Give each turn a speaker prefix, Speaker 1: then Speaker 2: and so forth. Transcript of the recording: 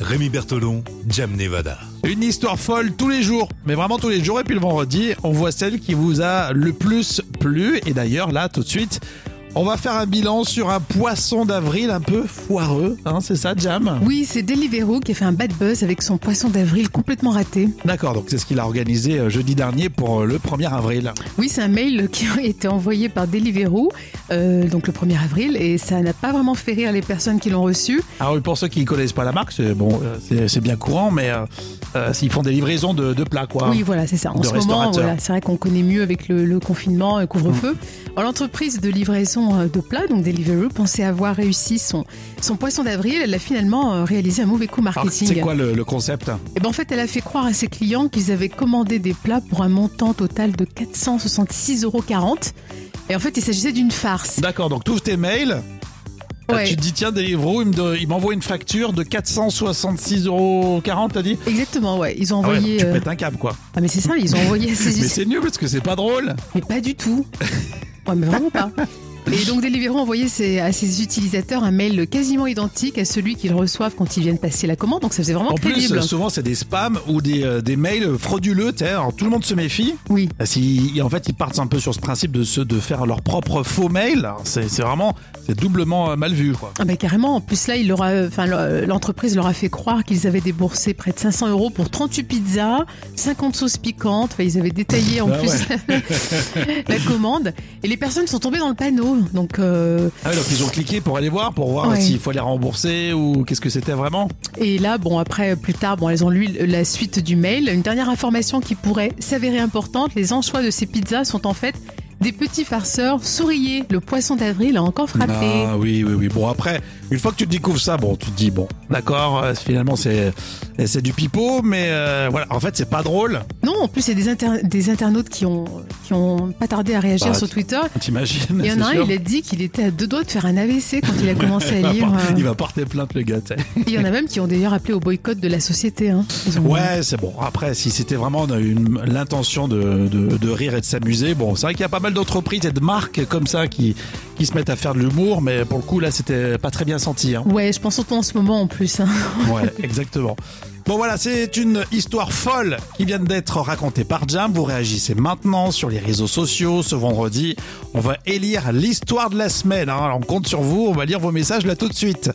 Speaker 1: Rémi Bertolon, Jam Nevada.
Speaker 2: Une histoire folle tous les jours, mais vraiment tous les jours. Et puis le vendredi, on voit celle qui vous a le plus plu. Et d'ailleurs, là, tout de suite, on va faire un bilan sur un poisson d'avril un peu foireux. Hein, c'est ça, Jam
Speaker 3: Oui, c'est Deliveroo qui a fait un bad buzz avec son poisson d'avril complètement raté.
Speaker 2: D'accord, donc c'est ce qu'il a organisé euh, jeudi dernier pour euh, le 1er avril.
Speaker 3: Oui, c'est un mail qui a été envoyé par Deliveroo, euh, donc le 1er avril, et ça n'a pas vraiment fait rire les personnes qui l'ont reçu.
Speaker 2: Alors Ah pour ceux qui ne connaissent pas la marque, c'est bon, euh, c'est- c'est bien courant, mais euh, euh, ils font des livraisons de, de plats, quoi.
Speaker 3: Oui, voilà, c'est ça. En
Speaker 2: Ah. De
Speaker 3: ce moment,
Speaker 2: restaurateur.
Speaker 3: voilà, c'est vrai qu'on connaît mieux avec le, le confinement et couvre-feu.
Speaker 2: Mm.
Speaker 3: Alors, L'entreprise de livraison euh, de plats, donc Deliveroo, pensait avoir réussi son, son poisson d'avril. Elle a finalement euh, réalisé un mauvais coup
Speaker 2: Alors,
Speaker 3: marketing.
Speaker 2: Ah, c'est quoi le, le concept
Speaker 3: Et ben en fait, elle a fait croire à ses clients qu'ils avaient commandé des plats pour un montant total de 466,40 euros. Et en fait, il s'agissait d'une farce.
Speaker 2: D'accord, donc tu ouvres tes mails, euh,
Speaker 3: Ouais,
Speaker 2: tu te dis tiens Deliveroo, il me do- il m'envoie une facture de 466,40 euros, t'as dit
Speaker 3: exactement, ouais. Ils ont
Speaker 2: Ah ouais,
Speaker 3: envoyé.
Speaker 2: Tu
Speaker 3: euh,
Speaker 2: pètes un câble quoi.
Speaker 3: Ah, mais c'est ça, ils ont envoyé à ses
Speaker 2: Mais c'est nul parce que c'est pas drôle.
Speaker 3: Mais pas du tout. Ouais, mais vraiment pas. Et donc Deliveroo envoyait ses- à ses utilisateurs un mail quasiment identique à celui qu'ils reçoivent quand ils viennent passer la commande. Donc ça faisait vraiment
Speaker 2: En plus,
Speaker 3: crédible.
Speaker 2: euh, souvent c'est des spams ou des, euh, des mails frauduleux, tu sais, alors tout le monde se méfie.
Speaker 3: oui.
Speaker 2: Ah, Si, en fait, ils partent un peu sur ce principe de, se, de faire leur propre faux mail. Alors, C'est c'est vraiment, c'est doublement euh, mal vu quoi.
Speaker 3: Ah bah carrément. En plus là, il leur a- euh, enfin le- l'entreprise leur a fait croire qu'ils avaient déboursé près de 500 euros pour 38 pizzas, 50 sauces piquantes. Enfin, ils avaient détaillé en
Speaker 2: Ah
Speaker 3: plus la commande. Et les personnes sont tombées dans le panneau. Donc euh,
Speaker 2: Ah oui, donc ils ont cliqué pour aller voir, pour voir
Speaker 3: Ouais.
Speaker 2: s'il faut les rembourser ou qu'est-ce que c'était vraiment.
Speaker 3: Et là, bon, après, plus tard, bon, elles ont lu la suite du mail. Une dernière information qui pourrait s'avérer importante les anchois de ces pizzas sont en fait des petits farceurs. Souriez, le poisson d'avril a encore frappé.
Speaker 2: Ah oui, oui, oui. Bon, après, une fois que tu découvres ça, bon, tu te dis, bon, d'accord, euh, finalement, c'est c'est du pipeau, mais euh, voilà, en fait, c'est pas drôle.
Speaker 3: Non, en plus, c'est des, inter- des internautes qui ont, qui ont pas tardé à réagir
Speaker 2: Bah,
Speaker 3: sur Twitter.
Speaker 2: T'imagines
Speaker 3: Il y en a
Speaker 2: c'est
Speaker 3: un,
Speaker 2: sûr.
Speaker 3: il a dit qu'il était à deux doigts de faire un AVC quand il a commencé à
Speaker 2: Il va
Speaker 3: lire.
Speaker 2: por-
Speaker 3: euh,
Speaker 2: Il va porter plainte, le gars, tu sais.
Speaker 3: et Il y en a même qui ont d'ailleurs appelé au boycott de la société. hein. Ils ont-
Speaker 2: Ouais, c'est bon. Après, si c'était vraiment une- l'intention de, de- de rire et de s'amuser, bon, c'est vrai qu'il y a pas mal d'entreprises et de marques comme ça qui, qui se mettent à faire de l'humour, mais pour le coup, là, c'était pas très bien senti. Hein.
Speaker 3: Ouais, je pense surtout en ce moment en plus. hein.
Speaker 2: Ouais, exactement. Bon voilà, c'est une histoire folle qui vient d'être racontée par Jam. Vous réagissez maintenant sur les réseaux sociaux ce vendredi. On va élire l'histoire de la semaine. hein. Alors, on compte sur vous, on va lire vos messages là tout de suite.